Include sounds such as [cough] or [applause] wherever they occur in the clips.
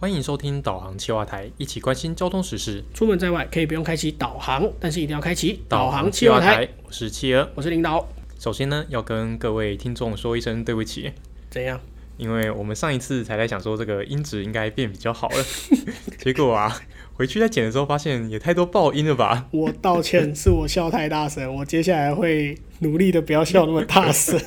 欢迎收听导航企划台，一起关心交通时事。出门在外可以不用开启导航，但是一定要开启企企划划台。，我是企鹅。我是领导，首先呢，要跟各位听众说一声对不起，怎样？因为我们上一次才在想说这个音质应该变比较好 [laughs] 了，结果啊，回去在剪的时候发现也太多爆音了吧？我道歉，是我笑太大声，我接下来会努力的不要笑那么大声。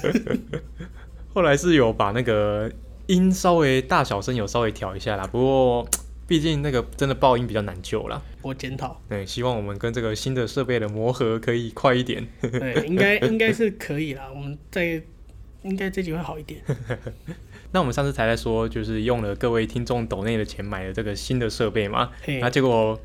后来是有把那个音稍微大小声有稍微调一下啦，不过毕竟那个真的爆音比较难救啦。 [laughs] 我检讨，对，希望我们跟这个新的设备的磨合可以快一点。对，应该应该是可以啦。我们再应该这集会好 [laughs] 一点。那我们上次才在说，就是用了各位听众抖内的钱买了这个新的设备嘛，嘿那，结果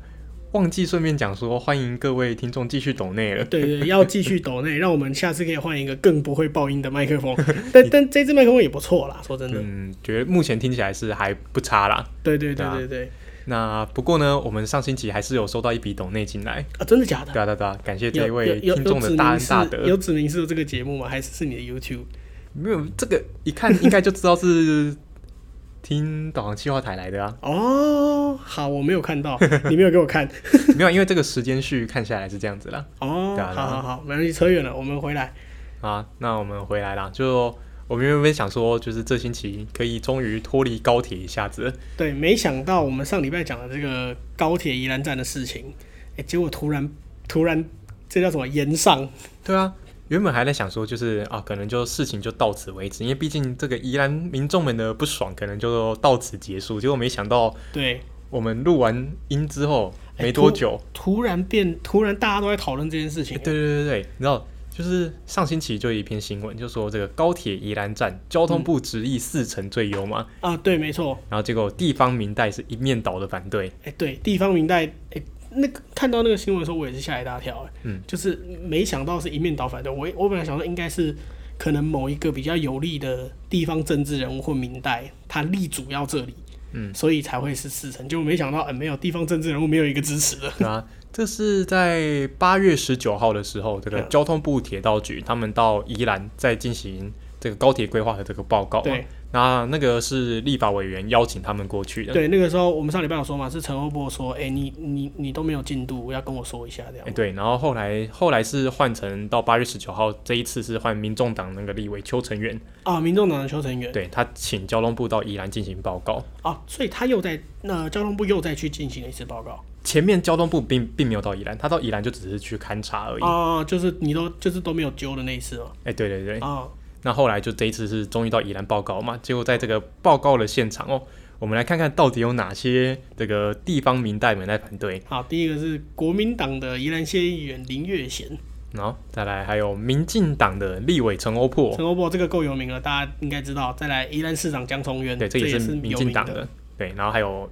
忘记顺便讲说，欢迎各位听众继续抖内了。对对，要继续抖 [laughs] 内，让我们下次可以换一个更不会爆音的麦克风。但但这支麦克风也不错啦，说真的。嗯，觉得目前听起来是还不差啦。对对对对啊对对，那不过呢，我们上星期还是有收到一笔抖内进来，啊，真的假的？对啊对啊对啊，感谢这一有有位有听众有指的大恩明大是德。有指明是这个节目吗？还是是你的 YouTube？没有这个一看应该就知道是听导航计划台来的啊，哦，好，我没有 [laughs] 看到，你没有给我看。没有，因为这个时间序看下来是这样子啦。哦，对啊对啊好好好，没关系，扯远了，我们回来。啊，那我们回来啦，就我们原本想说，就是这星期可以终于脱离高铁一下子了，对，没想到我们上礼拜讲的这个高铁宜兰站的事情，哎、结果突然突然这叫什么延上？对啊。原本还在想说，就是啊，可能就事情就到此为止，因为毕竟这个宜兰民众们的不爽，可能就到此结束。结果没想到，对，我们录完音之后哎没多突久，哎突然变，突然大家都在讨论这件事情。对对对对，你知道，就是上星期就有一篇新闻，就说这个高铁宜兰站交通部执意四城最优嘛，啊，对，没错，然后结果地方民代是一面倒的反对，哎、对，地方明代，哎、那个看到那个新闻的时候，我也是吓一大跳、哎，嗯，就是没想到是一面倒反对。我我本来想说应该是可能某一个比较有利的地方政治人物或明代，他力主要这里，嗯，所以才会是四成。结果没想到，哎、没有地方政治人物没有一个支持 [laughs] 的。啊，这是在八月十九号的时候，这个嗯交通部铁道局他们到宜兰在进行这个高铁规划的这个报告。对，那那个是立法委员邀请他们过去的。对，那个时候我们上礼拜有说嘛，是陈欧波说，哎、你你你都没有进度，要跟我说一下这样哎，。对，然后后来后来是换成到八月十九号，这一次是换民众党那个立委邱成远，啊，民众党的邱成员。对他请交通部到宜兰进行报告。啊，所以他又在那、交通部又再去进行了一次报告。前面交通部并并没有到宜兰，他到宜兰就只是去勘察而已。哎、哎啊，就是你都就是都没有揪的那一次哦。对对对，啊，那后来就这一次是终于到宜兰报告嘛，结果在这个报告的现场哦，我们来看看到底有哪些这个地方民代们在反对，好，第一个是国民党的宜兰县议员林月贤，然后再来还有民进党的立委陈欧珀，陈欧波这个够有名了，大家应该知道。再来宜兰市长江崇渊，对，这这也是有民名进党的。的，对，然后还有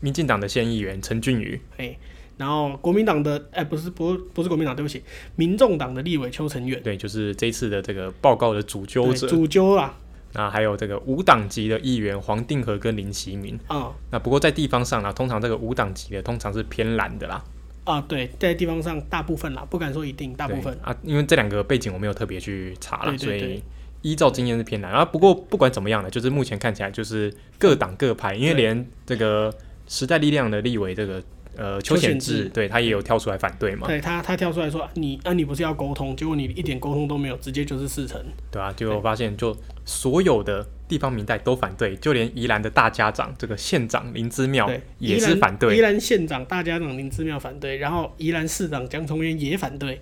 民进党的县议员陈俊宇，嘿，然后国民党的，哎、不是，不，不是国民党，对不起，民众党的立委邱成远，对，就是这一次的这个报告的主纠对者，主揪啦，那还有这个无党籍的议员黄定和跟林其明，啊、那不过在地方上啦，通常这个无党籍的通常是偏蓝的啦，啊，对，在地方上大部分啦，不敢说一定，大部对分。啊，因为这两个背景我没有特别去查了，对对所以对依照经验是偏难啊。不过不管怎么样呢，就是目前看起来就是各党各派，因为对连这个时代力量的立委这个呃邱邱显显志，志对他也有跳出来反对嘛，对他，他跳出来说：“你啊，你不是要沟通？结果你一点沟通都没有，直接就是四成。对啊，结果发现就所有的地方民代都反对，就连宜兰的大家长这个县长林之”妙对，也宜是兰反对宜，兰县长、大家长林之妙反对，然后宜兰市长江崇渊也反对。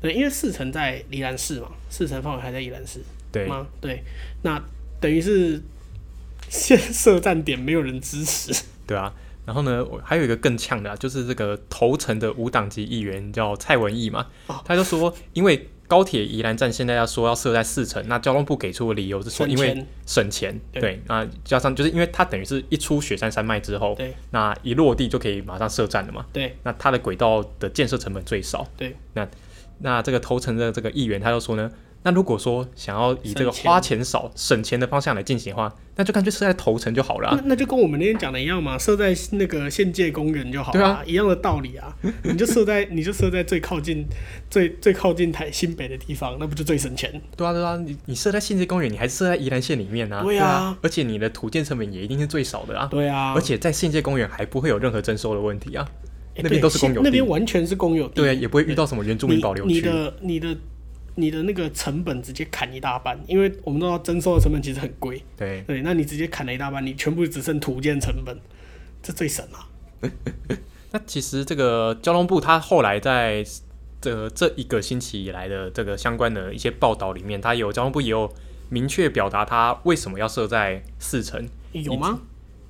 对，因为四成在宜兰市嘛，四成范围还在宜兰市对吗？对，那等于是现设站点没有人支持。对啊。然后呢，我还有一个更呛的、啊，就是这个头城的无党籍议员叫蔡文义嘛，哦他就说，因为高铁宜兰站现在要说要设在四城，那交通部给出的理由是说，省因为钱省钱，对对，那加上就是因为它等于是一出雪山山脉之后，对那一落地就可以马上设站了嘛，对那它的轨道的建设成本最少，对，那那这个头城的这个议员他就说呢，那如果说想要以这个花钱少、省钱的方向来进行的话，那就干脆设在头城就好了啊、那那就跟我们那天讲的一样嘛，设在那个县界公园就好对了、啊一样的道理啊。你就设在你就设在最靠近最最靠近台新北的地方，那不就最省钱？对啊，对啊，你你设在县界公园，你还设在宜兰县里面啊？对啊而且你的土建成本也一定是最少的啊。对啊，而且在县界公园还不会有任何征收的问题啊，诶那边都是哎对公有那地边完全是公有地，对啊，也不会遇到什么原住民保留你你区。的你的你的那个成本直接砍一大半，因为我们都知道征收的成本其实很贵，对，对，那你直接砍了一大半，你全部只剩土建成本，这最省啊。那其实这个交通部它后来在这这一个星期以来的这个相关的一些报道里面，它有交通部也有明确表达它为什么要设在四城。有吗？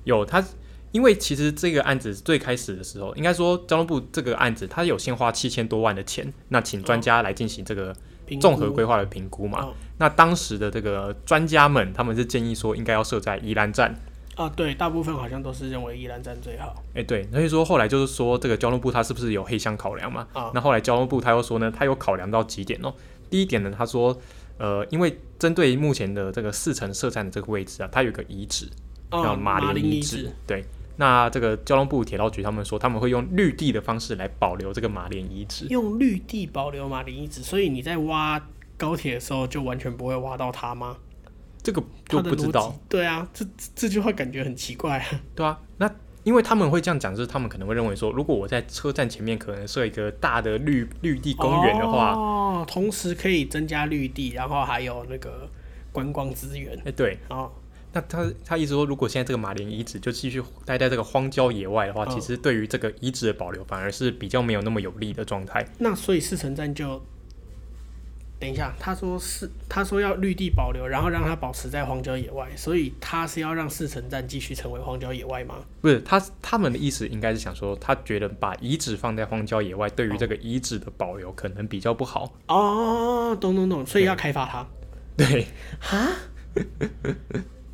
有它，因为其实这个案子最开始的时候，应该说交通部这个案子，它有先花七千多万的钱，那请专家来进行这个哦评估综合规划的评估嘛。哦那当时的这个专家们，他们是建议说应该要设在宜兰站。啊，对，大部分好像都是认为宜兰站最好。哎，对，所以说后来就是说这个交通部它是不是有黑箱考量嘛？啊那后来交通部他又说呢，他有考量到几点哦。第一点呢，他说，呃，因为针对目前的这个四城设站的这个位置啊，它有一个遗址，叫啊，马林林遗址址，。对，那这个交通部铁道局他们说，他们会用绿地的方式来保留这个马连遗址。用绿地保留马林遗址，所以你在挖高铁的时候就完全不会挖到它吗？这个就它的不知道逻辑。，对啊，这这这句话感觉很奇怪啊。对啊，那因为他们会这样讲，就是他们可能会认为说，如果我在车站前面可能设一个大的绿绿地公园的话，哦，同时可以增加绿地，然后还有那个观光资源哎、对，哦，那他他意思说，如果现在这个马连遗址就继续待在这个荒郊野外的话，嗯其实对于这个遗址的保留反而是比较没有那么有利的状态。那所以四城站就，等一下，他说是他说要绿地保留，然后让它保持在荒郊野外，所以他是要让四城站继续成为荒郊野外吗？不是他他们的意思应该是想说，他觉得把遗址放在荒郊野外，对于这个遗址的保留可能比较不好。哦，懂懂懂，所以要开发它。对， [laughs]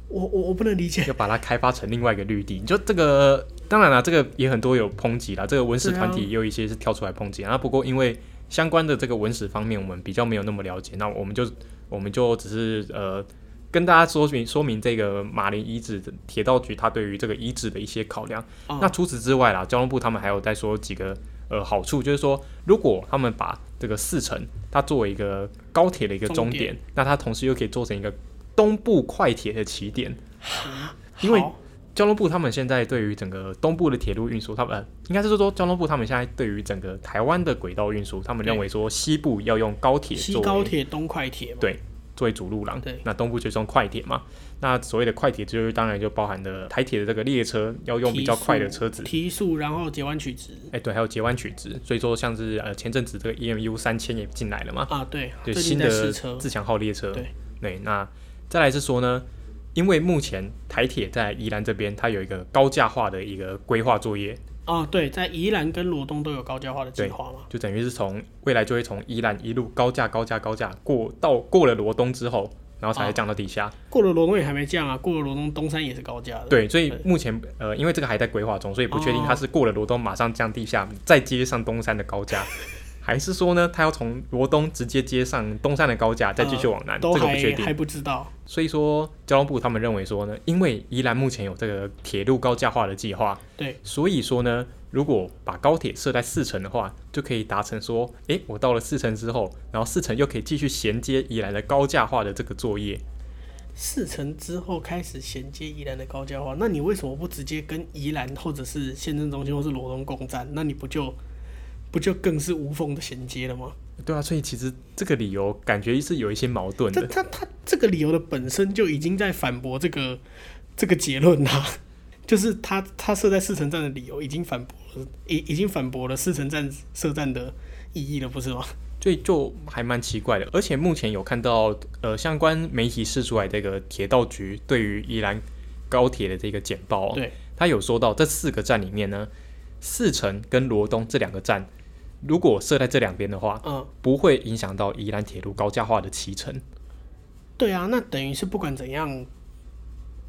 我我我不能 [laughs] 理解，要把它开发成另外一个绿地。你就这个，当然啦，这个也很多有抨击啦，这个文史团体对啊也有一些是跳出来抨击。那、不过因为相关的这个文史方面，我们比较没有那么了解，那我们就我们就只是呃跟大家说明说明这个马林遗址的铁道局它对于这个遗址的一些考量。哦那除此之外啦，交通部他们还有在说几个。呃，好处就是说，如果他们把这个四城它作为一个高铁的一个终终点点，那它同时又可以做成一个东部快铁的起点，因为好交通部他们现在对于整个东部的铁路运输，他们、呃、应该是说交通部他们现在对于整个台湾的轨道运输，他们对认为说西部要用高铁西作高为铁东快铁嘛，对作为主路廊对，那东部就是用快铁嘛。那所谓的快铁就是当然就包含了台铁的这个列车要用比较快的车子，提速，然后截弯取直哎、对，还有截弯取直。所以说像是呃前阵子这个 EMU 三千也进来了嘛，啊，对，对最新近在的试车，自强号列车。对那再来是说呢，因为目前台铁在宜兰这边，它有一个高架化的一个规划作业，啊，对，在宜兰跟罗东都有高架化的计划嘛，就等于是从未来就会从宜兰一路高架高架高架过到过了罗东之后，然后才哦降到地下。过了罗东也还没降啊，过了罗东东山也是高架的，对，所以目前呃，因为这个还在规划中，所以不确定哦它是过了罗东马上降地下，再接上东山的高 [laughs] 架。还是说呢，它要从罗东直接接上东山的高架，再继续往南，都啊这个还不确定还。不知道，所以说，交通部他们认为说呢，因为宜兰目前有这个铁路高架化的计划，对，所以说呢，如果把高铁设在四城的话，就可以达成说，诶，我到了四城之后，然后四城又可以继续衔接宜兰的高架化的这个作业。四城之后开始衔接宜兰的高架化，那你为什么不直接跟宜兰或者是县政中心或是罗东共站？那你不就不就更是无缝的衔接了吗？对啊，所以其实这个理由感觉是有一些矛盾这的。他他这个理由的本身就已经在反驳这个这个结论啦、 [laughs] 就是他他设在四城站的理由已经反驳了，已已经反驳了四城站设站的意义了，不是吗？所以就还蛮奇怪的。而且目前有看到呃相关媒体释出来这个铁道局对于宜兰高铁的这个简报、哦，对，他有说到这四个站里面呢，四城跟罗东这两个站，如果设在这两边的话，嗯，不会影响到宜兰铁路高架化的骑程。对啊，那等于是不管怎样，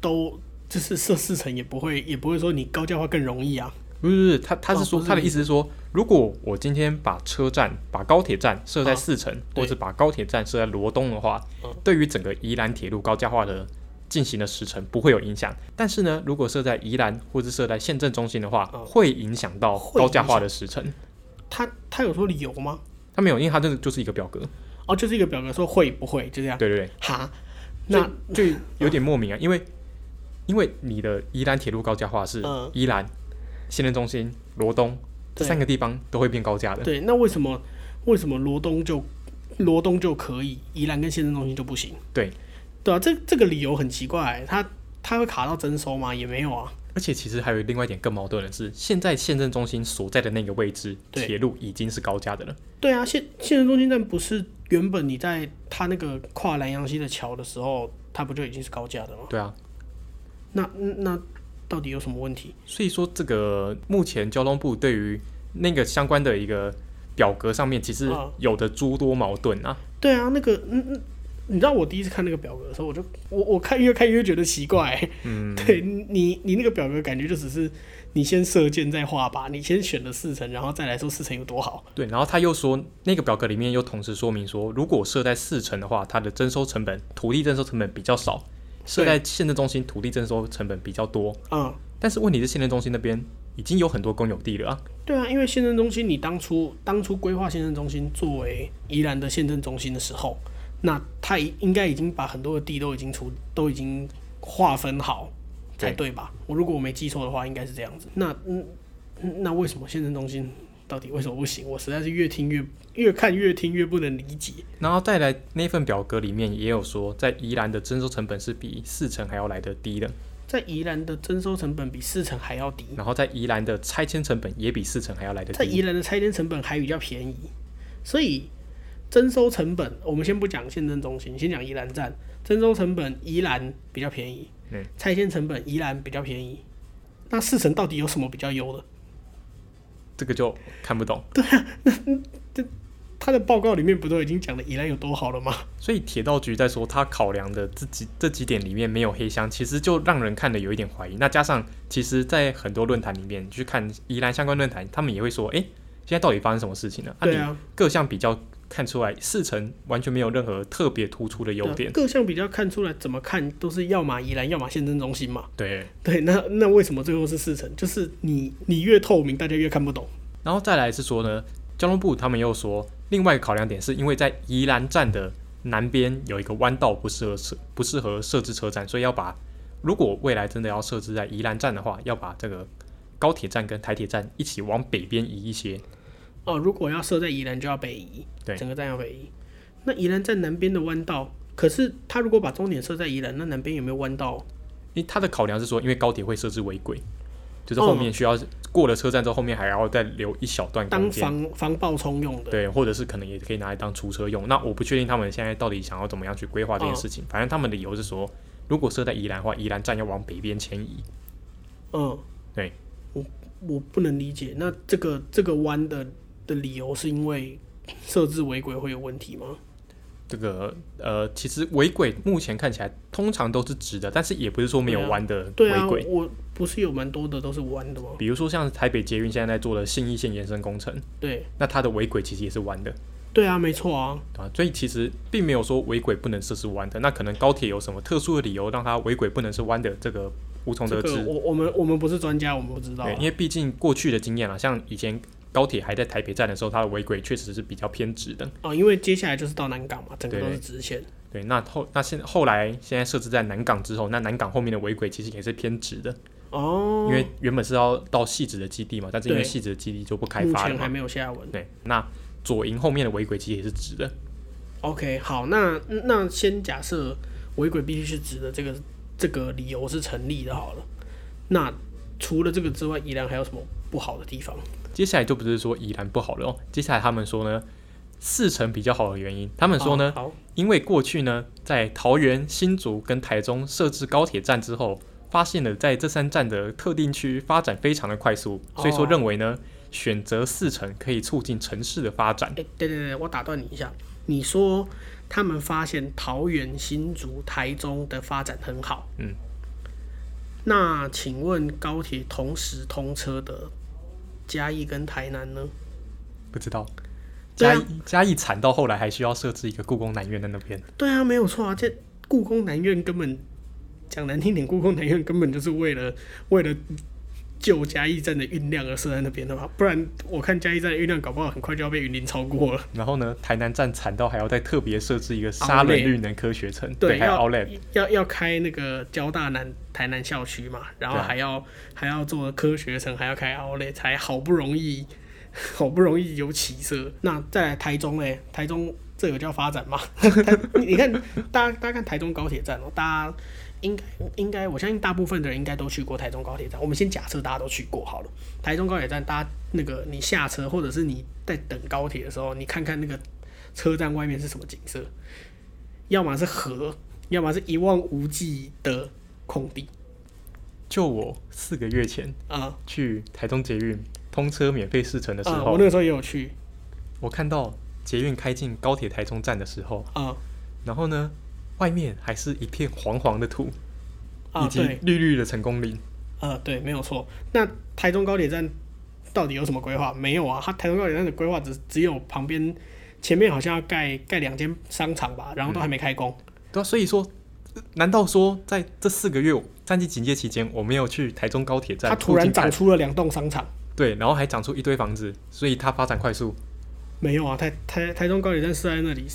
都就是设四城也不会也不会说你高架化更容易啊，不不是不是，他他哦是说、不是他的意思是说，如果我今天把车站、把高铁站设在啊四城，对或者把高铁站设在罗东的话，嗯对于整个宜兰铁路高架化的进行的时程不会有影响。但是呢，如果设在宜兰或者设在县政中心的话，嗯会影响到会高架影化响的时程。他他有说理由吗？他没有，因为他这个就是一个表格，哦，就是一个表格说会不会就这样。对对对，哈，所以那就有点莫名啊，因为因为你的宜兰铁路高架化是嗯宜兰、县政中心、罗东这对三个地方都会变高架的。对，那为什么为什么罗东就罗东就可以，宜兰跟县政中心就不行？对，对啊，这这个理由很奇怪、欸他他会卡到征收吗？也没有啊。而且其实还有另外一点更矛盾的是，现在县政中心所在的那个位置，对铁路已经是高架的了。对啊，县县政中心站不是原本你在他那个跨南洋溪的桥的时候，它不就已经是高架的吗？对啊，那那到底有什么问题？所以说这个目前交通部对于那个相关的一个表格上面，其实啊有着诸多矛盾啊。对啊，那个嗯嗯，你知道我第一次看那个表格的时候，我就我我看越看越觉得奇怪、嗯， [laughs] 对你你那个表格感觉就只是你先射箭再画吧，你先选了四层，然后再来说四层有多好。对，然后他又说，那个表格里面又同时说明说，如果设在四城的话，它的征收成本、土地征收成本比较少；设在县政中心，土地征收成本比较多。嗯，但是问题是，县政中心那边已经有很多公有地了啊。对啊，因为县政中心你当初当初规划县政中心作为宜兰的县政中心的时候，那他已应该已经把很多的地都已经出都已经划分好才对吧？我如果我没记错的话，应该是这样子。那嗯，嗯那为什么县政中心到底为什么不行？我实在是越听越越看越听越不能理解。然后再来那份表格里面也有说，在宜兰的征收成本是比四城还要来得低的，在宜兰的征收成本比四成还要低，然后在宜兰的拆迁成本也比四城还要来得在宜低。兰的拆迁成本还比较便宜，所以征收成本，我们先不讲县政中心，先讲宜兰站。征收成本宜兰比较便宜，嗯，拆迁成本宜兰比较便宜。那四成到底有什么比较优的？这个就看不懂。他的报告里面不都已经讲了宜兰有多好了吗？所以铁道局在说他考量的自己这几点里面没有黑箱，其实就让人看的有一点怀疑。那加上其实，在很多论坛里面你去看宜兰相关论坛，他们也会说，诶，现在到底发生什么事情了？对你啊，各项比较看出来，四成完全没有任何特别突出的优对啊点。各项比较看出来，怎么看都是要么宜兰，要么县政中心嘛。对，对，啊那那为什么最后是四成？就是你你越透明，大家越看不懂。然后再来是说呢，交通部他们又说，另外一个考量点是因为在宜兰站的南边有一个弯道不适合设不适合设置车站，所以要把如果未来真的要设置在宜兰站的话，要把这个高铁站跟台铁站一起往北边移一些。哦，如果要设在宜兰，就要北移，对整个站要北移。那宜兰站南边的弯道，可是他如果把终点设在宜兰，那南边有没有弯道？因为他的考量是说，因为高铁会设置违规，就是后面需要、过了车站之后，后面还要再留一小段空当间。防防爆冲用的。对，或者是可能也可以拿来当出车用。那我不确定他们现在到底想要怎么样去规划嗯这件事情。反正他们的理由是说，如果设在宜兰的话，宜兰站要往北边迁移。嗯，对，我我不能理解，那这个这个弯的的理由是因为设置违规会有问题吗？这个呃，其实违轨目前看起来通常都是直的，但是也不是说没有弯的对违啊轨。，我不是有蛮多的都是弯的吗？比如说像台北捷运现在在做的信义线延伸工程，对，那它的违轨其实也是弯的对啊，没错啊。啊，所以其实并没有说违轨不能设置弯的。那可能高铁有什么特殊的理由让它违轨不能是弯的，这个无从这得个知。我我们我们不是专家，我们不知道啊、对，因为毕竟过去的经验啊，像以前高铁还在台北站的时候，它的违轨确实是比较偏直的。哦，因为接下来就是到南港嘛，整个都对是直线。对，那后那现后来现在设置在南港之后，那南港后面的违轨其实也是偏直的。哦，因为原本是要到细致的基地嘛，但是因为对细致的基地就不开目发了前还嘛。没有下文。对，那左营后面的违轨其实也是直的， OK，好，那那先假设违规必须是直的这个这个理由是成立的，好了。那除了这个之外，宜兰还有什么不好的地方？接下来就不是说宜兰不好了哦，接下来他们说呢，四城比较好的原因，他们说呢，哦因为过去呢在桃园、新竹跟台中设置高铁站之后，发现了在这三站的特定区发展非常的快速，所以说哦认为呢，选择四城可以促进城市的发展好，。哎、对对对，我打断你一下，你说他们发现桃园、新竹、台中的发展很好，嗯，那请问高铁同时通车的嘉义跟台南呢？不知道。对嘉啊义嘉义惨到后来还需要设置一个故宫南院在那边，对啊，没有错啊，这故宫南院根本讲难听点，故宫南院根本就是为了为了救嘉义站的运量而设在那边的嘛，不然我看嘉义站的运量搞不好很快就要被云林超过了。然后呢，台南站惨到还要再特别设置一个沙仑 Outlet 绿能科学城，对，还有要 Outlet，要要开那个交大南台南校区嘛，然后对啊还要、还要做科学城，还要开 Outlet，才好不容易 [laughs] 好不容易有起色。那再来台中嘞，台中这有叫发展 [laughs] 吗？台你你看，大家大家看台中高铁站哦、大家应该应该我相信大部分的人应该都去过台中高铁站。我们先假设大家都去过好了。台中高铁站，大家那个你下车或者是你在等高铁的时候，你看看那个车站外面是什么景色，要么是河，要么是一望无际的空地就我四个月前啊去台中捷运通车免费试乘的时啊！候，我那个时候也有去我看到捷运开进高铁台中站的时候，啊然后呢，外面还是一片黄黄的土，啊以及对绿绿的成功林。啊对，没有错。那台中高铁站到底有什么规划？没有啊，它台中高铁站的规划只只有旁边前面好像要盖盖两间商场吧，然后都还没开工。对啊，所以说，呃难道说在这四个月战绩警戒期间，我没有去台中高铁站它突附近然看长出了两栋商场。对，然后还长出一堆房子，所以它发展快速。没有啊，台台台中高铁站是在那里，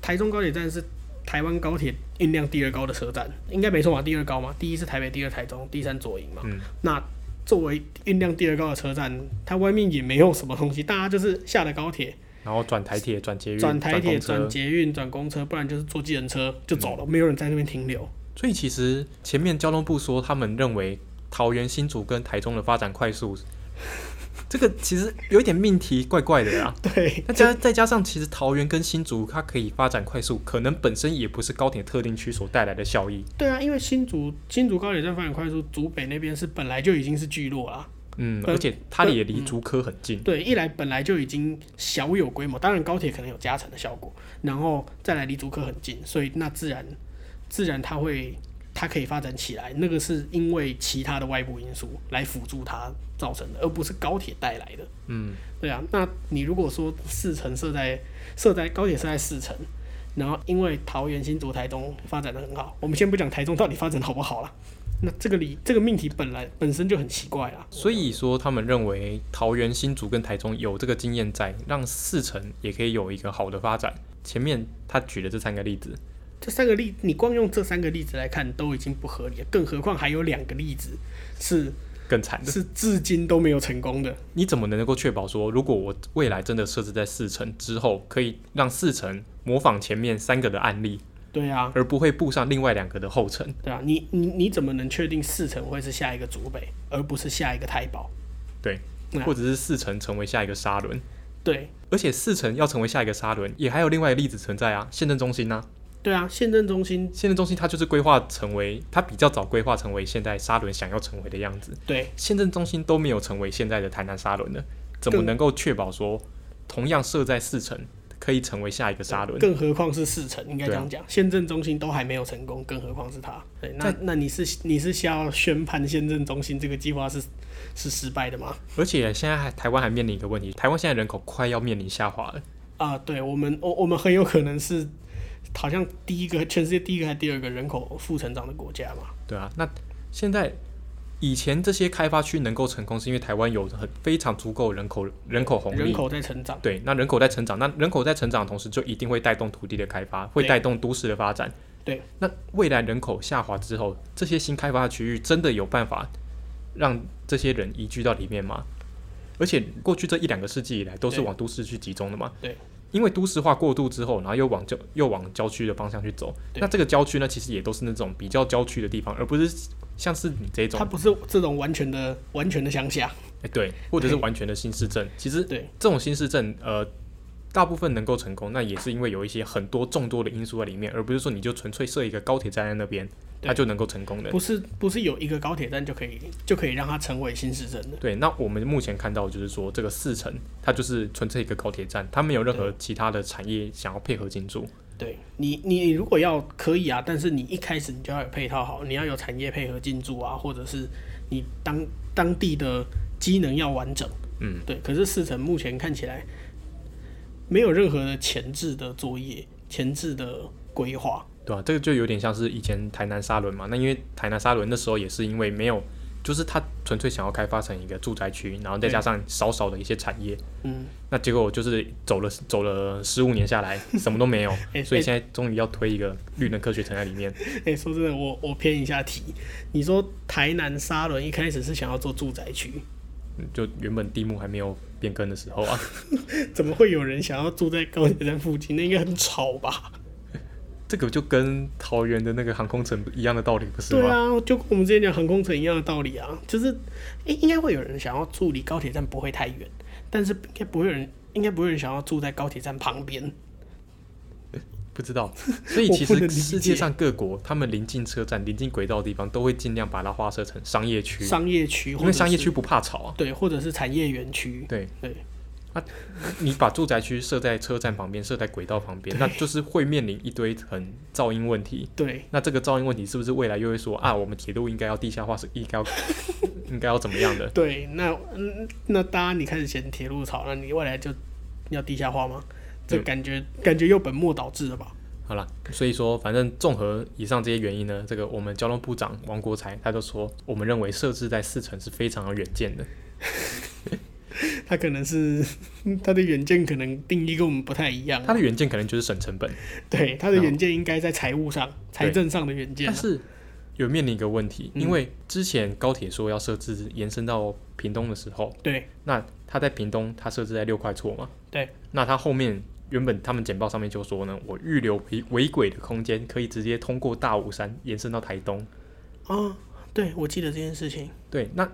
台中高铁站是台湾高铁运量第二高的车站，应该没错嘛，第二高嘛，第一是台北，第二台中，第三左营嘛。嗯，那作为运量第二高的车站，它外面也没有什么东西，大家就是下了高铁，然后转台铁、转捷运、嗯转台铁、公转车，捷运、转公车，不然就是坐计程车就走了，没有人在那边停留。所以其实前面交通部说，他们认为桃园、新竹跟台中的发展快速，这个其实有一点命题怪怪的啊啦。对，那加再加上，其实桃园跟新竹它可以发展快速，可能本身也不是高铁特定区所带来的效益。对啊，因为新竹新竹高铁站发展快速，竹北那边是本来就已经是聚落啦。嗯，呃嗯而且它也离竹科很近。对，一来本来就已经小有规模，当然高铁可能有加成的效果，然后再来离竹科很近，所以那自然自然它会它可以发展起来，那个是因为其他的外部因素来辅助它造成的，而不是高铁带来的。嗯，对啊，那你如果说四城设在设在高铁设在四城，然后因为桃园、新竹、台中发展的很好，我们先不讲台中到底发展得好不好啦，那这个理这个命题本来本身就很奇怪啦。所以说他们认为桃园、新竹跟台中有这个经验在，让四城也可以有一个好的发展。前面他举的这三个例子，这三个例，你光用这三个例子来看都已经不合理了，更何况还有两个例子是更惨的，是至今都没有成功的。你怎么能够确保说，如果我未来真的设置在四城之后，可以让四城模仿前面三个的案例，对啊，而不会步上另外两个的后尘？对啊，你你你怎么能确定四成会是下一个竹北，而不是下一个台宝？对对，啊或者是四城成为下一个沙轮。对而且四城要成为下一个沙轮，也还有另外一个例子存在啊，县政中心呐、对啊，宪政中心县政中心它就是规划成为，它比较早规划成为现在沙轮想要成为的样子。对县政中心都没有成为现在的台南沙轮呢，怎么更能够确保说同样设在四城可以成为下一个沙轮？更何况是四成，应该这样讲，宪政中心都还没有成功，更何况是它。对，那那你是你是需要宣判宪政中心这个计划是是失败的吗？而且现在还台湾还面临一个问题，台湾现在人口快要面临下滑了。啊，对我们，我我们很有可能是好像第一个全世界第一个还是第二个人口负成长的国家嘛。对啊，那现在以前这些开发区能够成功，是因为台湾有很非常足够人口人口红人利。口在成长，对，那人口在成长，那人口在成长的同时，就一定会带动土地的开发，会对带动都市的发展。对，那未来人口下滑之后，这些新开发的区域真的有办法让这些人移居到里面吗？而且过去这一两个世纪以来，都是对往都市去集中的嘛。对，因为都市化过度之后，然后又往郊又往郊区的方向去走。对那这个郊区呢，其实也都是那种比较郊区的地方，而不是像是你这种它不是这种完全的完全的乡下，哎，对，或者是完全的新市镇。其实对这种新市镇，呃，大部分能够成功，那也是因为有一些很多众多的因素在里面，而不是说你就纯粹设一个高铁站在那边，对它就能够成功的。不是不是有一个高铁站就可以就可以让它成为新市镇的。对，那我们目前看到就是说，这个四城它就是纯粹一个高铁站，它没有任何其他的产业想要配合进驻。对你，你如果要可以啊，但是你一开始你就要有配套好，你要有产业配合进驻啊，或者是你当当地的机能要完整，嗯，对，可是四城目前看起来没有任何的前置的作业、前置的规划。对啊，这个就有点像是以前台南沙伦嘛。那因为台南沙伦那时候也是因为没有，就是他纯粹想要开发成一个住宅区，然后再加上少少的一些产业，嗯，，那结果就是走了走了十五年下来，什么都没有 [laughs] 哎所以现在终于要推一个绿能科学城在里面。哎、说真的，我我偏一下题，你说台南沙仑一开始是想要做住宅区，嗯就原本地目还没有变更的时候啊， [laughs] 怎么会有人想要住在高铁站附近？那应该很吵吧？这个就跟桃园的那个航空城一样的道理，不是对吗？啊，就跟我们之前讲航空城一样的道理啊，就是，哎、应该会有人想要住离高铁站不会太远，但是应该不会有人，应该不会有人想要住在高铁站旁边。不知道，所以 [laughs] 我其不能实理解世界上各国，他们临近车站、临近轨道的地方，都会尽量把它划设成商业区，商业区，嗯因为商业区不怕吵啊。对，或者是产业园区，对，对，你把住宅区设在车站旁边，设在轨道旁边，对那就是会面临一堆很噪音问题。对，那这个噪音问题是不是未来又会说啊，我们铁路应该要地下化，是应 [laughs] 该要应该要怎么样的？对。那嗯，那当然你开始嫌铁路吵，那你未来就要地下化吗？这对感觉感觉又本末倒置了吧？好啦，所以说，反正综合以上这些原因呢，这个我们交通部长王国才他就说，我们认为设置在四城是非常有远见的。他可能是 [laughs] 他的远见可能定义跟我们不太一样，他的远见可能就是省成本，对他的然后远见应该在财务上、财政上的远见但啊。是有面临一个问题，嗯因为之前高铁说要设置延伸到屏东的时候，对那他在屏东他设置在六块厝嘛，对，那他后面原本他们简报上面就说呢，我预留围围轨的空间，可以直接通过大武山延伸到台东。啊、对我记得这件事情对，那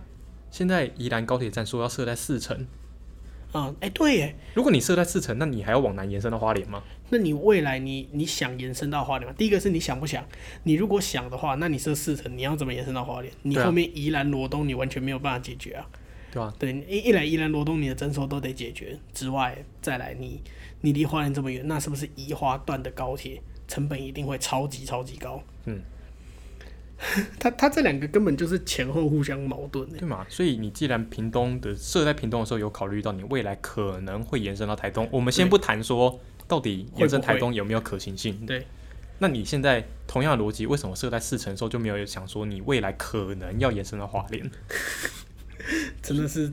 现在宜兰高铁站说要设在四城。啊，哎、对耶，如果你设在四城，那你还要往南延伸到花莲吗？那你未来你你想延伸到花莲吗？第一个是你想不想？你如果想的话，那你设四层，你要怎么延伸到花莲？你对啊后面宜兰罗东你完全没有办法解决啊。对吧、对，一一来宜兰罗东你的征收都得解决之外，再来你你离花莲这么远，那是不是宜花段的高铁成本一定会超级超级高？嗯， [laughs] 他他这两个根本就是前后互相矛盾的。对嘛？所以你既然屏东的设在屏东的时候，有考虑到你未来可能会延伸到台东，我们先对不谈说到底会延伸不台会东有没有可行性。对，那你现在同样的逻辑，为什么设在四城的时候就没有想说你未来可能要延伸到花莲？真的是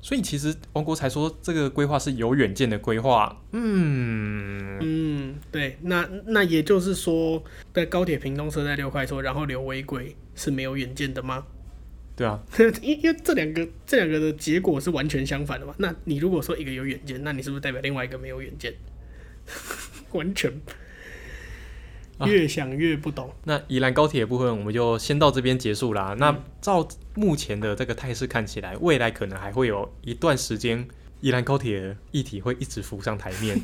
所以其实王国才说这个规划是有远见的规划，嗯，嗯，对，那那也就是说，在高铁屏东设在六块说，然后留违规是没有远见的吗？ [laughs] 对啊，因因为这两个这两个的结果是完全相反的嘛。那你如果说一个有远见，那你是不是代表另外一个没有远见？ [laughs] 完全啊越想越不懂。那宜兰高铁的部分我们就先到这边结束嗯啦。那照目前的这个态势看起来，未来可能还会有一段时间，宜兰高铁议题会一直浮上台面。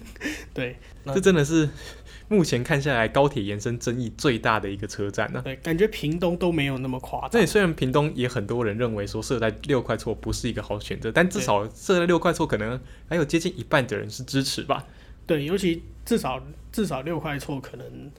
对那这真的是 [laughs] 目前看下来高铁延伸争议最大的一个车站呢、啊对，感觉屏东都没有那么夸张。那虽然屏东也很多人认为说设在六块厝不是一个好选择，但至对少设在六块厝可能还有接近一半的人是支持吧。对，尤其至少至少六块错，可能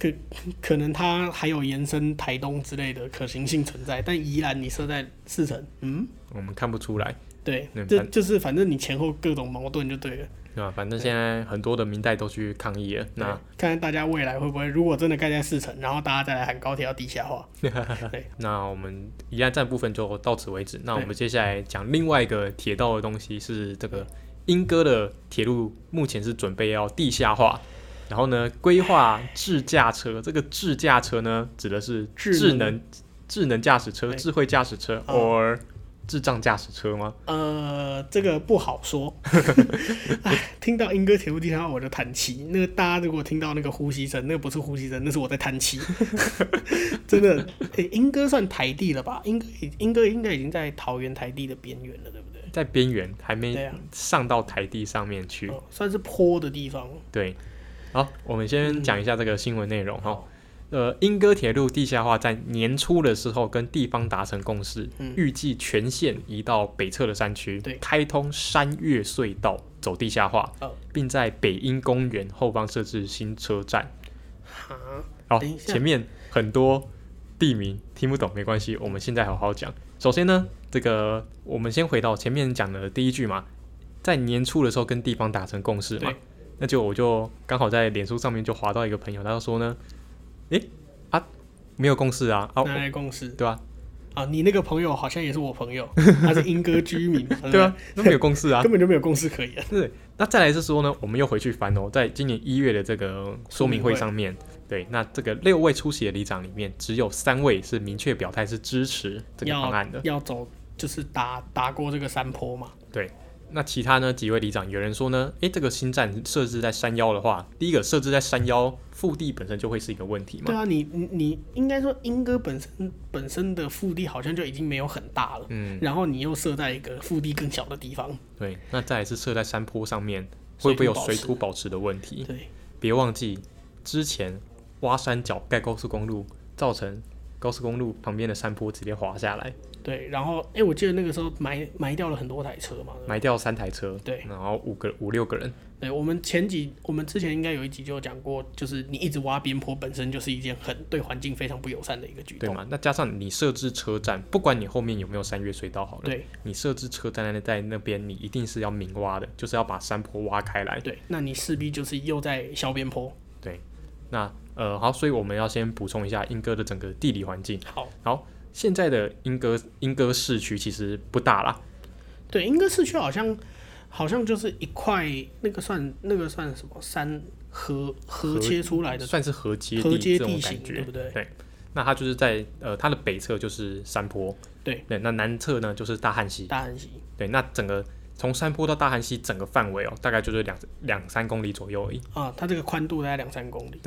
可可能它还有延伸台东之类的可行性存在，但宜兰你设在四成，嗯，我们看不出来，对嗯，这反就是反正你前后各种矛盾就对了。对吧？反正现在很多的明代都去抗议了，那对看看大家未来会不会，如果真的盖在四成，然后大家再来喊高铁要地下化，对，那我们宜兰站部分就到此为止。那我们对接下来讲另外一个铁道的东西，是这个英歌的铁路目前是准备要地下化，然后呢，规划智驾车。这个智驾车呢，指的是智智能能智能驾驶车、对智慧驾驶车啊 or 智障驾驶车吗？呃，这个不 [laughs] 好说。哎，听到英歌铁路地下化我就叹气。那个大家如果听到那个呼吸声，那个不是呼吸声，那是我在 [laughs] 叹气。真的，诶英歌算台地了吧？英歌已英歌应该已经在桃园台地的边缘了，对不对？在边缘还对没啊上到台地上面去。哦，算是坡的地方。对，好，我们先讲一下这个新闻内容哈。好呃，莺歌铁路地下化在年初的时候跟地方达成共识，嗯预计全线移到北侧的山区对，开通山岳隧道走地下化，哦并在北英公园后方设置新车站。哈，好，等一下前面很多地名听不懂没关系，我们现在好好讲。首先呢，这个我们先回到前面讲的第一句嘛，在年初的时候跟地方达成共识嘛对，那就我就刚好在脸书上面就划到一个朋友，他就说呢，诶、啊没有共识啊，啊拿来共识对吧、啊！你那个朋友好像也是我 [laughs] 朋友，他是英歌居民，对啊，都没有共识啊，根本就没有共识可言。对，那再来是说呢，我们又回去翻哦，在今年一月的这个说明会上面，对，那这个六位出席的里长里面，只有三位是明确表态是支持这个方案的要。要走就是打打过这个山坡嘛，那其他呢几位里长，有人说呢，诶，这个新站设置在山腰的话，第一个设置在山腰腹地本身就会是一个问题嘛对。啊，你你你应该说英歌本身本身的腹地好像就已经没有很大了，嗯，然后你又设在一个腹地更小的地方，对。那再来是设在山坡上面，会不会有水水土保持的问题？对，别忘记之前挖山脚盖高速公路，造成高速公路旁边的山坡直接滑下来。对，然后哎、诶我记得那个时候埋埋掉了很多台车嘛。对不对埋掉三台车，对然后五个五六个人，对，我们前几我们之前应该有一集就有讲过，就是你一直挖边坡本身就是一件很对环境非常不友善的一个举对动。吗？那加上你设置车站，不管你后面有没有山岳隧道好了，对你设置车站在在那边，你一定是要明挖的，就是要把山坡挖开来。对，那你势必就是又在削边坡。那呃好，所以我们要先补充一下英歌的整个地理环境。好，现在的英歌英歌市区其实不大啦，对，英歌市区好像好像就是一块那个算那个算什么山河河河切出来的算是河街河地街这种地感形，对觉不。对？那它就是在呃它的北侧就是山坡，对对，那南侧呢就是大汉溪，大汉溪，对，那整个从山坡到大汉溪整个范围哦，大概就是两两三公里左右而已。啊，它这个宽度大概两三公里。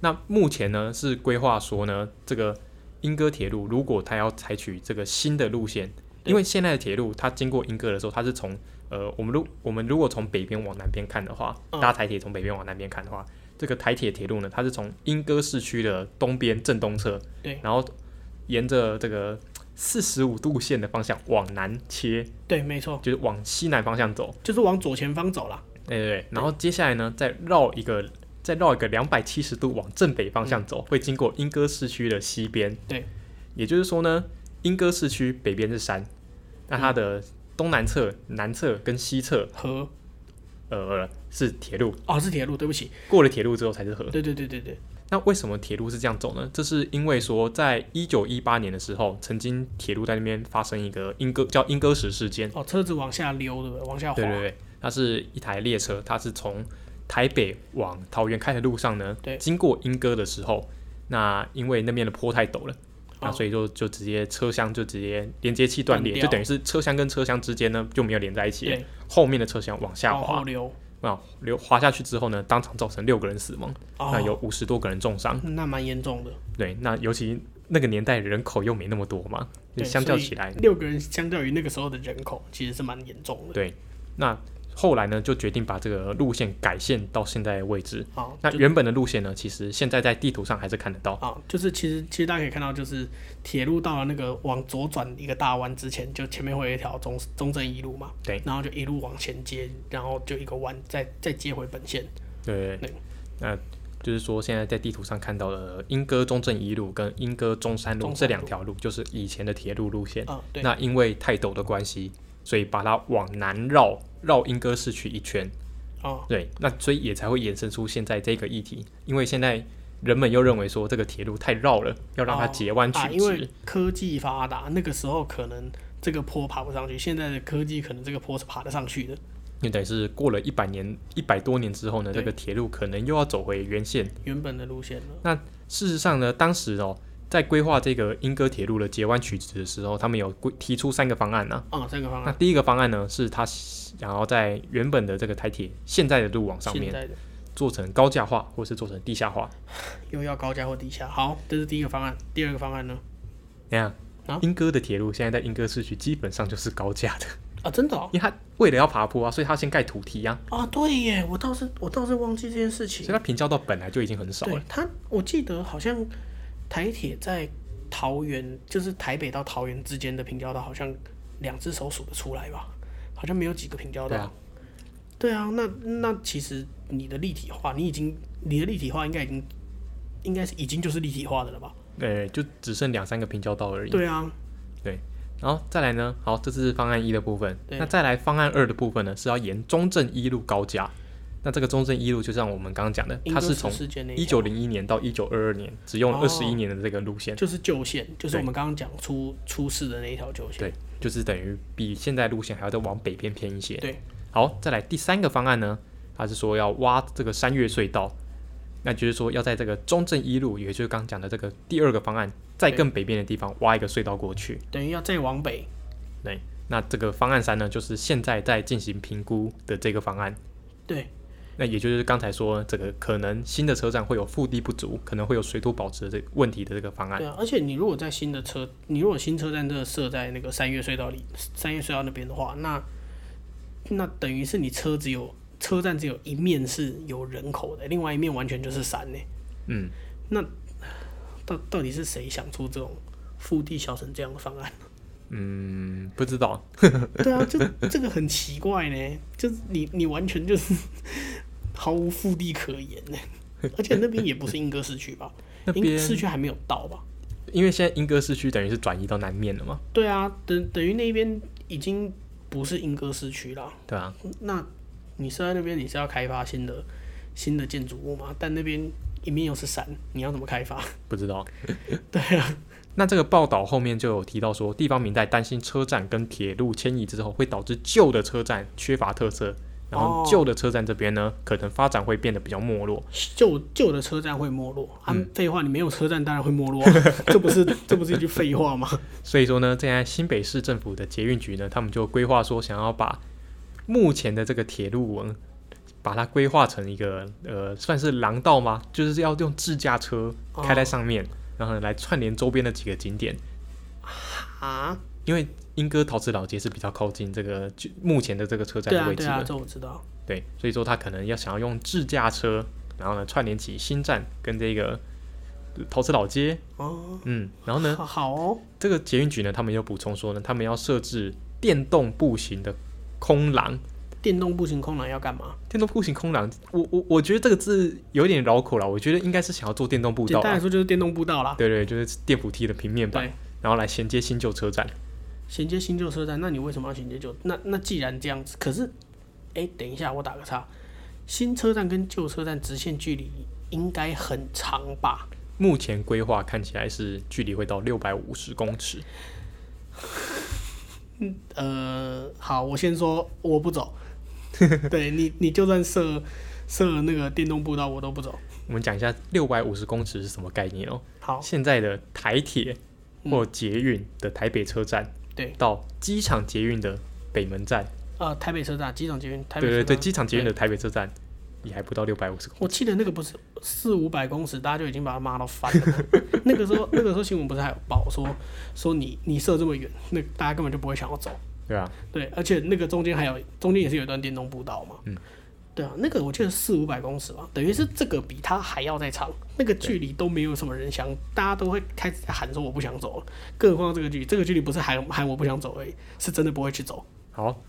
那目前呢是规划说呢，这个莺歌铁路如果它要采取这个新的路线，对因为现在的铁路它经过莺歌的时候，它是从呃我们如我们如果从北边往南边看的话，嗯搭台铁从北边往南边看的话，这个台铁铁路呢，它是从莺歌市区的东边正东侧，对，然后沿着这个四十五度线的方向往南切，对，没错，就是往西南方向走。就是往左前方走啦。对对对，然后接下来呢，再绕一个，再绕一个两百七十度往正北方向走，会经过莺歌市区的西边。对，也就是说呢，莺歌市区北边是山，那它的东南侧、南侧跟西侧，河呃，是铁路。哦，是铁路，对不起，过了铁路之后才是河。对对对对对，那为什么铁路是这样走呢？这是因为说，在一九一八年的时候，曾经铁路在那边发生一个莺歌叫莺歌石事件。哦，车子往下溜，对不对？往下滑。对对对，它是一台列车，它是从台北往桃园开的路上呢对，经过莺歌的时候，那因为那边的坡太陡了，那哦所以就就直接车厢就直接连接器断裂，断就掉等于是车厢跟车厢之间呢就没有连在一起了对，哦后面的车厢往下往后滑，溜。那流滑下去之后呢，当场造成六个人死亡，哦，那有五十多个人重伤。那蛮严重的。对，那尤其那个年代人口又没那么多嘛，对相较所以起来，六个人相较于那个时候的人口，其实是蛮严重的。对，那后来呢就决定把这个路线改线到现在的位置。好，那就原本的路线呢，其实现在在地图上还是看得到。啊，就是其实其实大家可以看到，就是铁路到了那个往左转一个大弯之前，就前面会有一条中中正一路嘛，对，然后就一路往前接，然后就一个弯，再再接回本线。对对那就是说现在在地图上看到的莺歌中正一路跟莺歌中山路中山路这两条路，就是以前的铁路路线。啊，对，那因为太陡的关系，所以把它往南绕绕莺歌市区一圈。啊，对，那所以也才会衍生出现在这个议题，因为现在人们又认为说这个铁路太绕了，要让它哦截弯啊，取因直。为科技发达，那个时候可能这个坡爬不上去，现在的科技可能这个坡是爬得上去的，因为等于是过了一百年、一百多年之后呢，这对个铁路可能又要走回原线。原本的路线了。事实上呢，当时哦，在规划这个英歌铁路的截弯取直的时候，他们有规提出三个方案呢、啊，三个方那案，第一个方案呢，是他想要在原本的这个台铁现在的路网上现面在的做成高架化，或是做成地下化。又要高架或地下，好，这是第一个方案。第二个方案呢？你看啊，英歌的铁路现在在英歌市区基本上就是高架的，啊，真的哦，因为它为了要爬坡啊，所以它先盖土梯啊，啊，对耶，我倒是我倒是忘记这件事情所以。它平交道本来就已经很少了对。他，我记得好像台铁在桃园，就是台北到桃园之间的平交道，好像两只手数得出来吧？好像没有几个平交道。对啊对啊，那那其实你的立体化，你已经你的立体化应该已经应该是已经就是立体化的了吧？对，就只剩两三个平交道而已。对啊，然后再来呢，好，这是方案一的部分。对那再来方案二的部分呢，是要沿中正一路高架。那这个中正一路就像我们刚刚讲的，它是从时间内一九零一年到一九二二年，只用哦二十一年的这个路线，就是旧线，就是对我们刚刚讲出出事的那一条旧线。对就是等于比现在路线还要再往北边偏一些。对，好，再来第三个方案呢，它是说要挖这个山岳隧道，那就是说要在这个中正一路，也就是刚刚讲的这个第二个方案，在更北边的地方挖一个隧道过去。等于要再往北，对，那这个方案三呢，就是现在在进行评估的这个方案。对，那也就是刚才说这个可能新的车站会有腹地不足，可能会有水土保持的这个问题的这个方案。对啊。而且你如果在新的车，你如果新车站这个设在那个三月隧道里，三月隧道那边的话，那那等于是你车只有车站只有一面是有人口的，另外一面完全就是山呢。嗯，到到底是谁想出这种腹地小城这样的方案？ [laughs] 嗯，不知道。对啊，就这个很奇怪呢，就是你你完全就是 [laughs] 毫无腹地可言呢，而且那边也不是莺歌市区吧？ [laughs] 那莺歌边市区还没有到吧？因为现在莺歌市区等于是转移到南面了嘛，对啊，等等于那边已经不是莺歌市区啦。对啊，那你设在那边，你是要开发新的新的建筑物吗？但那边一面又是山，你要怎么开发？ [laughs] 不知道。对啊，那这个报道后面就有提到说，地方民代担心车站跟铁路迁移之后会导致旧的车站缺乏特色，然后哦旧的车站这边呢，可能发展会变得比较没落。旧旧的车站会没落啊！嗯废话，你没有车站当然会没落、啊， [laughs] 这不是这不是一句废话 [laughs] 吗？所以说呢，现在新北市政府的捷运局呢，他们就规划说，想要把目前的这个铁路文，把它规划成一个呃，算是廊道吗？就是要用自驾车开在上面，然后呢来串联周边的几个景点。啊，因为莺歌陶瓷老街是比较靠近这个就目前的这个车站对的啊位置对的，啊，这我知道。对，所以说他可能要想要用自驾车，然后呢串联起新站跟这个陶瓷老街，哦，嗯，然后呢好好哦，这个捷运局呢，他们又补充说呢，他们要设置电动步行的空廊。电动步行空廊要干嘛？电动步行空廊，我我我觉得这个字有点绕口了，我觉得应该是想要做电动步道简啊、单来说就是电动步道啦。对对，就是电扶梯的平面板对，然后来衔接新旧车站。衔接新旧车站，那你为什么要衔接旧？那那既然这样子，可是，哎、等一下，我打个岔，新车站跟旧车站直线距离应该很长吧？目前规划看起来是距离会到六百五十公尺，呃，好，我先说我不走， [laughs] 对你，你就算设设那个电动步道，我都不走。我们讲一下六百五十公尺是什么概念哦。好，嗯现在的台铁或捷运的台北车站，对，到机场捷运的北门站，呃，台北车站、机场捷运、台对北车对站，对，机场捷运的台北车站也还不到六百五十公我记得那个不是四五百公尺，大家就已经把他骂到翻了 [laughs] 吗。那个时候，那个时候新闻不是还有报说说你你射这么远，那大家根本就不会想要走。对啊，对，而且那个中间还有中间也是有一段电动步道嘛。嗯。对啊，那个我记得四五百公尺吧，等于是这个比它还要再长，那个距离都没有什么人想，大家都会开始喊说我不想走了，更何况这个距离，这个距离不是喊喊我不想走而已，是真的不会去走。好，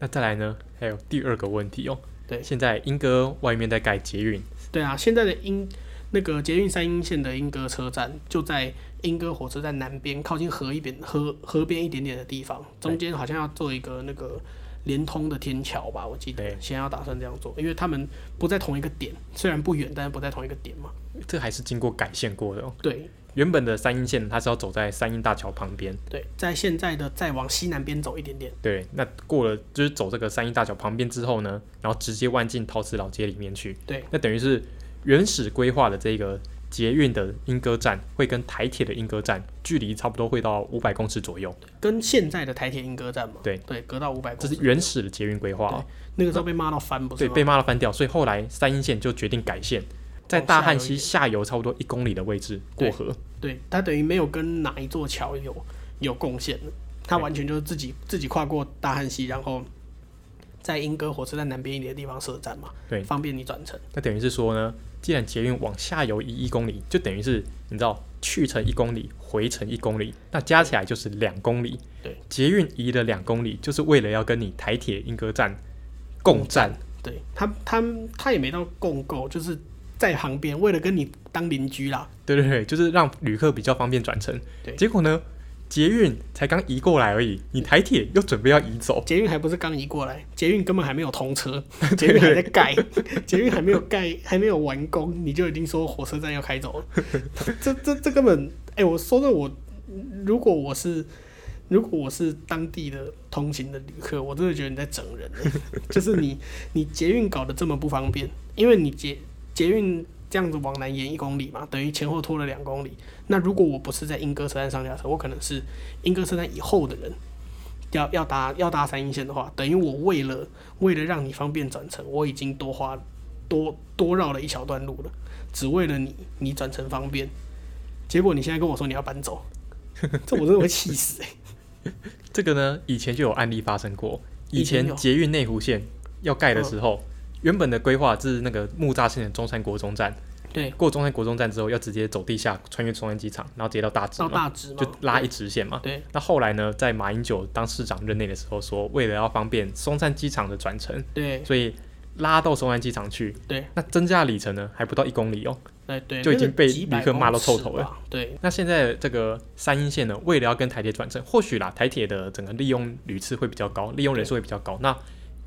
那再来呢？还有第二个问题哦。对现在莺歌外面在盖捷运，对啊，现在的英那个捷运三莺线的莺歌车站就在莺歌火车站南边，靠近河一边河河边一点点的地方，中间好像要做一个那个连通的天桥吧，我记得对现在要打算这样做，因为他们不在同一个点，虽然不远，但是不在同一个点嘛。这还是经过改线过的哦。对原本的三莺线它是要走在三莺大桥旁边，对，在现在的再往西南边走一点点，对，那过了就是走这个三莺大桥旁边之后呢，然后直接弯进陶瓷老街里面去。对，那等于是原始规划的这个捷运的莺歌站会跟台铁的莺歌站距离差不多会到五百公尺左右，跟现在的台铁莺歌站嘛，对对，隔到五百这公是尺，原始的捷运规划、哦。那个时候被骂到翻，不是对，吗？被骂到翻掉，所以后来三阴线就决定改线，在大汉溪往下游差不多一公里的位置过河。对，它等于没有跟哪一座桥有有贡献的，它对完全就是自己自己跨过大汉溪，然后在莺歌火车站南边一点的地方设站嘛，对方便你转乘。那等于是说呢，既然捷运往下游移一公里，就等于是你知道去程一公里，回程一公里，那加起来就是两公里。对，捷运移了两公里，就是为了要跟你台铁莺歌站共站。对，它它它也没到共购，就是在旁边，为了跟你当邻居啦，对对对，就是让旅客比较方便转乘。对结果呢，捷运才刚移过来而已，你台铁又准备要移走，捷运还不是刚移过来，捷运根本还没有通车，捷运还在盖， [laughs] 捷运还没有盖，还没有完工，你就已经说火车站要开走了，这这这根本，哎、我说的我，如果我是。如果我是当地的通勤的旅客，我真的觉得你在整人欸，就是你你捷运搞得这么不方便，因为你捷捷运这样子往南延一公里嘛，等于前后拖了两公里。那如果我不是在莺歌车站上下车，我可能是莺歌车站以后的人，要要搭要搭三阴线的话，等于我为了为了让你方便转乘，我已经多花多多绕了一小段路了，只为了你你转乘方便。结果你现在跟我说你要搬走， [laughs] 这我真的会气死欸这个呢，以前就有案例发生过。以以前前有嗯捷运内湖线要盖的时候，原本的规划是那个木栅线的中山国中站，对，过中山国中站之后要直接走地下，穿越中山机场，然后直接到大直到嘛，大直嘛，就拉一直线嘛。对那后来呢，在马英九当市长任内的时候说，为了要方便松山机场的转乘，对所以拉到松山机场去。对，那增加里程呢，还不到一公里哦。对对，就已经那个被几百旅客骂到臭公尺头了吧。对，那现在这个三阴线呢，为了要跟台铁转乘，或许啦，台铁的整个利用屡次会比较高，利用人数会比较高，那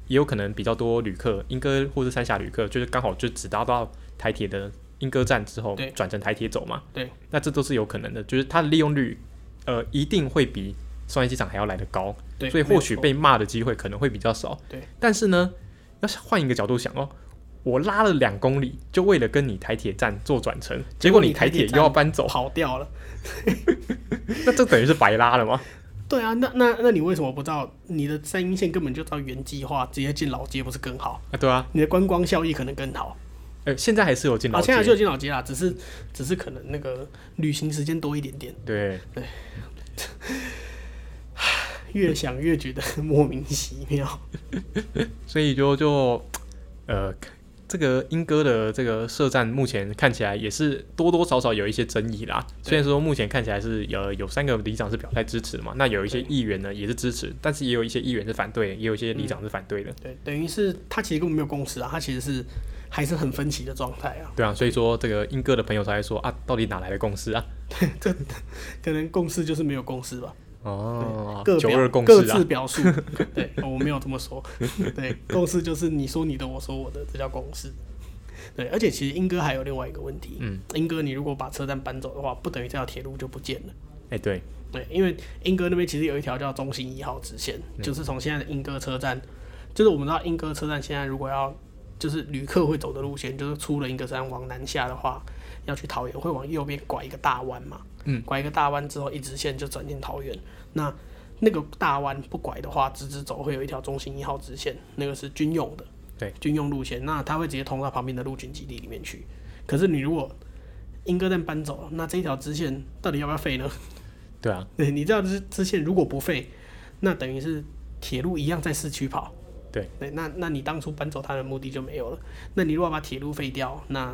也有可能比较多旅客，莺歌或是三峡旅客，就是刚好就只搭到台铁的莺歌站之后对，转成台铁走嘛。对，那这都是有可能的，就是它的利用率，呃，一定会比松山机场还要来得高，对所以没有或许错被骂的机会可能会比较少。对，但是呢，要是换一个角度想哦。我拉了两公里，就为了跟你台铁站做转乘，结结果果你你台台铁铁又要搬走，跑掉了。 [laughs] 那这等于是白拉了吗？对啊，那那那你为什么不知道你的三阴线根本就照原计划直接进老街不是更好？啊，对啊，你的观光效益可能更好。呃，现在还是有进啊，老街，现在就进老街啦，只是只是可能那个旅行时间多一点点，对，越想越觉得莫名其妙。所以就就呃，这个英歌的这个社站目前看起来也是多多少少有一些争议啦。对虽然说目前看起来是有有三个里长是表态支持的嘛，那有一些对议员呢也是支持，但是也有一些议员是反对，也有一些里长是反对的。对，等于是他其实根本没有共识啊，他其实是还是很分歧的状态啊。对啊，所以说这个英歌的朋友才会说啊，到底哪来的共识啊？可能共识就是没有共识吧，哦，各九表二共各识啊自，表 [laughs] 述。对，哦我没有这么说。对，共识就是你说你的，我说我的，这叫共识。对，而且其实英哥还有另外一个问题，嗯，英哥你如果把车站搬走的话，不等于这条铁路就不见了。哎、对，对，因为莺歌那边其实有一条叫中心一号直线，就是从现在的莺歌车站，就是我们知道莺歌车站现在如果要就是旅客会走的路线，就是出了莺歌车站往南下的话，要去桃园会往右边拐一个大弯嘛，嗯，拐一个大弯之后一直线就转进桃园，那那个大弯不拐的话，直直走会有一条中心一号直线，那个是军用的，对，军用路线，那它会直接通到旁边的陆军基地里面去。可是你如果莺歌站搬走了，那这一条支线到底要不要废呢？对啊，对，你知道支支线如果不废，那等于是铁路一样在市区跑。对对，那那你当初搬走它的目的就没有了。那你如果把铁路废掉，那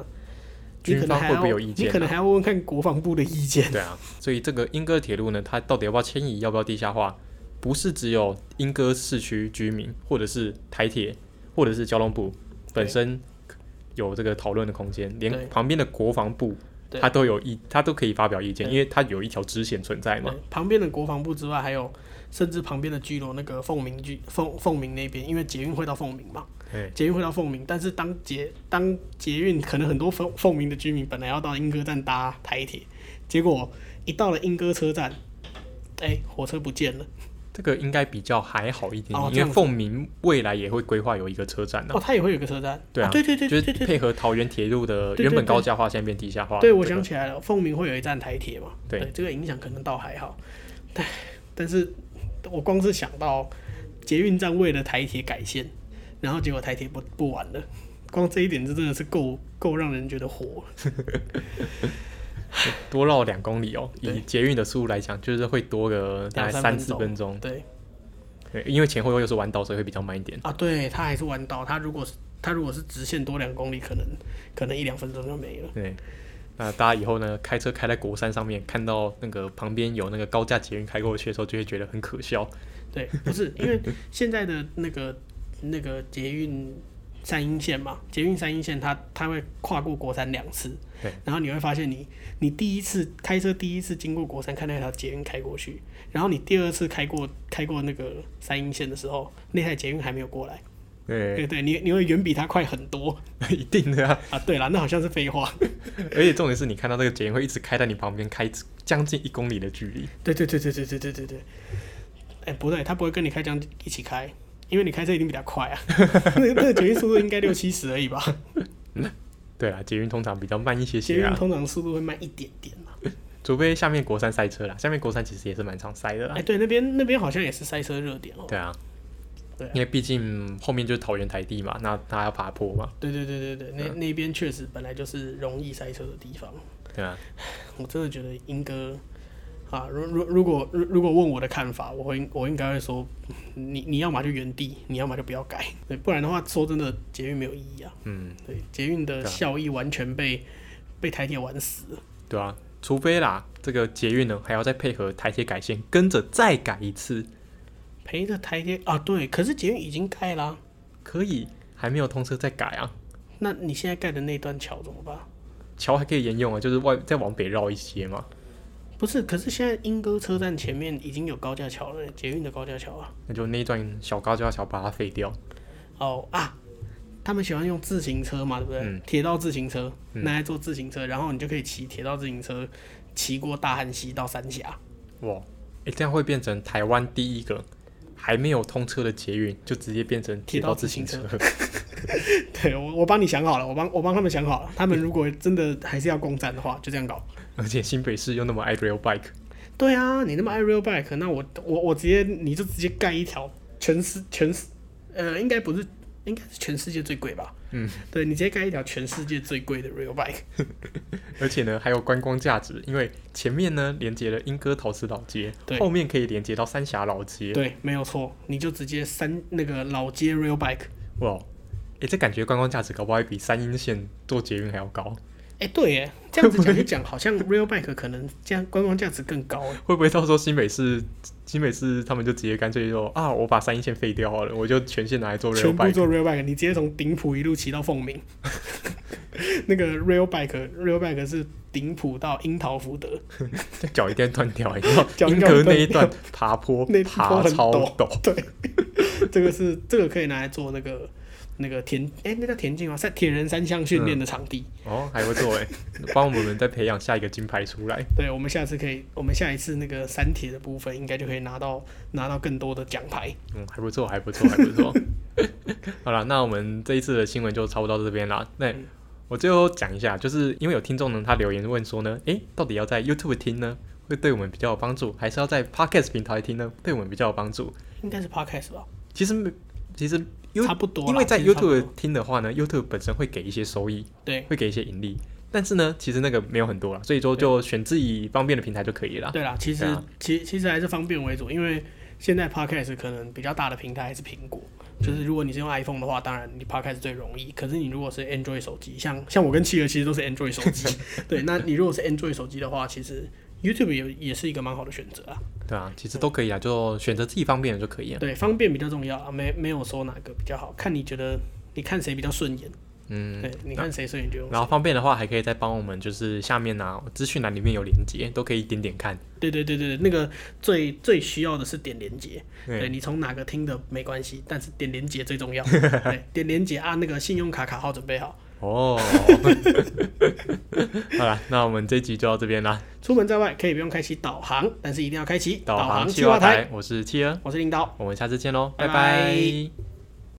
你军可能方还会要不会有意见你可啊能还要问问看国防部的意见。对啊，所以这个莺歌铁路呢，它到底要不要迁移，要不要地下化，不是只有莺歌市区居民，或者是台铁，或者是交通部本身有这个讨论的空间，对连旁边的国防部，对它都有意，它都可以发表意见，对因为它有一条支线存在嘛对。旁边的国防部之外，还有甚至旁边的居楼那个凤鸣居凤凤鸣那边，因为捷运会到凤鸣嘛，对，捷运会到凤鸣，但是当捷当捷运可能很多凤凤鸣的居民本来要到莺歌站搭台铁，结果一到了莺歌车站，哎、火车不见了。这个应该比较还好一点，哦这因样为子凤鸣未来也会规划有一个车站的、哦，它也会有一个车站。嗯对啊对对对就对是对对。配合桃园铁路的对对原本对高架化，现在变地下化。对，我这个想起来了，凤鸣会有一站台铁嘛。对这个影响可能倒还好，但但是我光是想到捷运站为了台铁改线，然后结果台铁不不玩了，光这一点就真的是够够让人觉得火。多绕两公里哦，以对捷运的速度来讲，就是会多个大概两三三分四钟分钟。对对，因为前后又是弯道，所以会比较慢一点。啊，对，它还是弯道，它如果是它如果是直线多两公里，可能可能一两分钟就没了。对，那大家以后呢，开车开在国山上面，看到那个旁边有那个高架捷运开过去的时候，就会觉得很可笑。对，不是因为现在的那个那个捷运三阴线嘛，捷运三阴线它它会跨过国三两次，对，然后你会发现你你第一次开车第一次经过国三看那条捷运开过去，然后你第二次开过开过那个三阴线的时候，那台捷运还没有过来，对，对对，你你会远比它快很多 [laughs] 一定的啊。啊。对了，那好像是废话，而且重点是你看到这个捷运会一直开在你旁边，开将近一公里的距离。对对对对对对对对对，哎、不对，他不会跟你开这样一起开，因为你开车一定比他 [laughs] 快啊，那那个捷运速度应该六七十而已 [laughs] 吧。对啊，捷运通常比较慢一些捷些运啊，通常速度会慢一点点啊嘛。除非下面国三塞车啦。下面国三其实也是蛮常塞的啦哎、。对，那边那边好像也是塞车热点哦。对啊，对啊因为毕竟后面就是桃园台地嘛，那他要爬坡嘛，对对对对对，啊那那边确实本来就是容易塞车的地方。对啊，我真的觉得英哥啊，如如如果如如果问我的看法，我会我应该会说，你你要么就原地，你要么就不要改，对，不然的话，说真的，捷运没有意义啊。嗯，对，捷运的对啊效益完全被被台铁玩死了。对啊，除非啦，这个捷运呢还要再配合台铁改线，跟着再改一次，陪着台铁啊，对，可是捷运已经盖啦、可以还没有通车再改啊，那你现在盖的那段桥怎么办？桥还可以沿用啊，就是外再往北绕一些嘛，不是，可是现在莺歌车站前面已经有高架桥了，捷运的高架桥啊。那就那一段小高架桥把它废掉，哦啊，他们喜欢用自行车嘛，对不对嗯？铁、道自行车嗯拿来做自行车，然后你就可以骑铁道自行车骑过大汉溪到三峡。 [laughs] 哇，诶、这样会变成台湾第一个。还没有通车的捷运就直接变成铁道自行车，对我，我帮你想好了，我帮我帮他们想好了。他们如果真的还是要攻占的话，就这样搞。 [laughs] 而且新北市又那么爱 rail bike，对啊，你那么爱 real bike，那我我我直接你就直接盖一条全世全世呃，应该不是，应该是全世界最贵吧？嗯，对你直接盖一条全世界最贵的 real bike。而且呢，还有观光价值，因为前面呢连接了莺歌陶瓷老街对，后面可以连接到三峡老街。对，没有错，你就直接三那个老街 rail bike。哇，诶，这感觉观光价值搞不好还比三阴线做捷运还要高，哎、对耶，这样子讲一讲，好 [laughs] 像 rail bike 可能这样观光价值更高哎。会不会到时候新北市新北市他们就直接干脆就啊，我把三阴线废掉好了，我就全线拿来做 rail 全部哦 bike，做 rail bike，你直接从顶埔一路骑到凤鸣。 [laughs] 那个 rail bike，rail bike 是顶埔到樱桃福德，脚一定要断掉，你脚道一定莺要歌那断一掉段爬坡那坡爬很超陡 [laughs] 陡，这个是这个可以拿来做那个那个田哎、那叫田径吗？三铁人三项训练的场地。哦，还不错诶，帮我们再培养下一个金牌出来。对，我们下次可以，我们下一次那个三铁的部分，应该就可以拿到拿到更多的奖牌。嗯，还不错，还不错，还不错。 [laughs] 好了，那我们这一次的新闻就差不多到这边啦。那嗯我最后讲一下，就是因为有听众呢，他留言问说呢，诶、到底要在 YouTube 听呢，会对我们比较有帮助，还是要在 Podcast 平台听呢，对我们比较有帮助？应该是 podcast 吧，其实没，其实 You 差不多啦。因为在其实差不多 YouTube 听的话呢，YouTube 本身会给一些收益，对会给一些盈利，但是呢，其实那个没有很多啦，所以说就选自己方便的平台就可以了啦。对啦，其实、对啊其其实还是方便为主，因为现在 podcast 可能比较大的平台还是苹果。嗯就是如果你是用 iPhone 的话，当然你 Podcast 最容易。可是你如果是 Android 手机，像像我跟企鹅其实都是 Android 手 [laughs] 机，对，那你如果是 Android 手机的话，其实 YouTube 也也是一个蛮好的选择啊。对啊，其实都可以啊，就选择自己方便的就可以了。对，方便比较重要啊，没没有说哪个比较好，看你觉得你看谁比较顺眼，嗯，对，你看谁顺眼就用谁。然后方便的话，还可以再帮我们，就是下面啊资讯栏里面有连接，都可以点点看。对对对对，对那个最最需要的是点连接，对对你从哪个听的没关系，但是点连接 [laughs] 最重要。对，点连接啊，那个信用卡卡号准备好，哦， [laughs] 好了，那我们这集就到这边啦。出门在外可以不用开启导航，但是一定要开启导航航计计划划台。台，我是企鹅，我是林导。我们下次见喽，拜拜拜拜